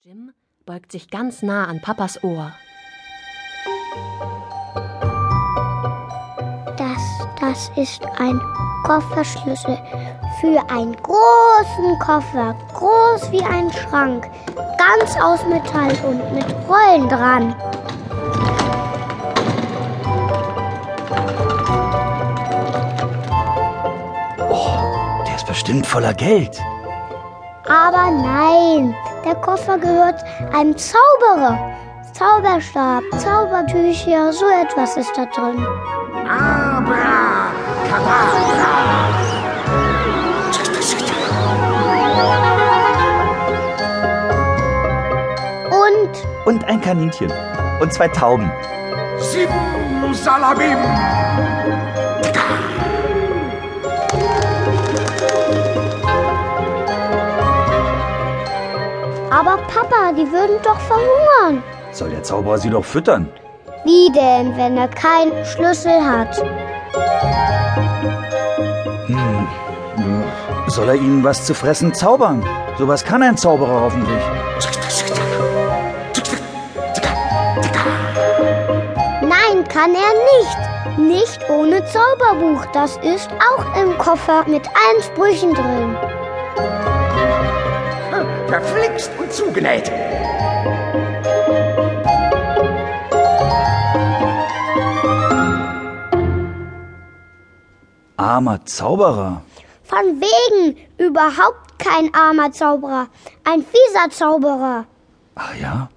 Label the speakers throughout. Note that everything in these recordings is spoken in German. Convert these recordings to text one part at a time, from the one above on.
Speaker 1: Jim beugt sich ganz nah an Papas Ohr.
Speaker 2: Das, das ist ein Kofferschlüssel für einen großen Koffer, groß wie ein Schrank, ganz aus Metall und mit Rollen dran.
Speaker 3: Der ist bestimmt voller Geld.
Speaker 2: Aber nein, der Koffer gehört einem Zauberer. Zauberstab, Zaubertücher, so etwas ist da drin. Und
Speaker 3: Und ein Kaninchen. Und zwei Tauben.
Speaker 4: Sieben Salabim.
Speaker 2: aber Papa, die würden doch verhungern.
Speaker 3: Soll der Zauberer sie doch füttern?
Speaker 2: Wie denn, wenn er keinen Schlüssel hat?
Speaker 3: Soll er ihnen was zu fressen zaubern? Sowas kann ein Zauberer hoffentlich.
Speaker 2: Nein, kann er nicht. Nicht ohne Zauberbuch. Das ist auch im Koffer mit allen Sprüchen drin.
Speaker 4: Verflixt und zugenäht.
Speaker 3: Armer Zauberer.
Speaker 2: Von wegen überhaupt kein armer Zauberer. Ein fieser Zauberer.
Speaker 3: Ah ja?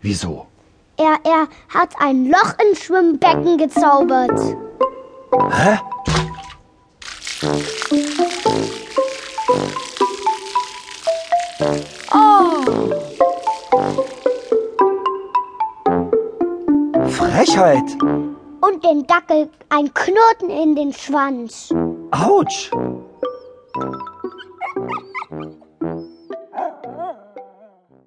Speaker 3: Wieso?
Speaker 2: Er, er hat ein Loch ins Schwimmbecken gezaubert.
Speaker 3: Hä? Frechheit.
Speaker 2: Und den Dackel ein Knoten in den Schwanz.
Speaker 3: Autsch.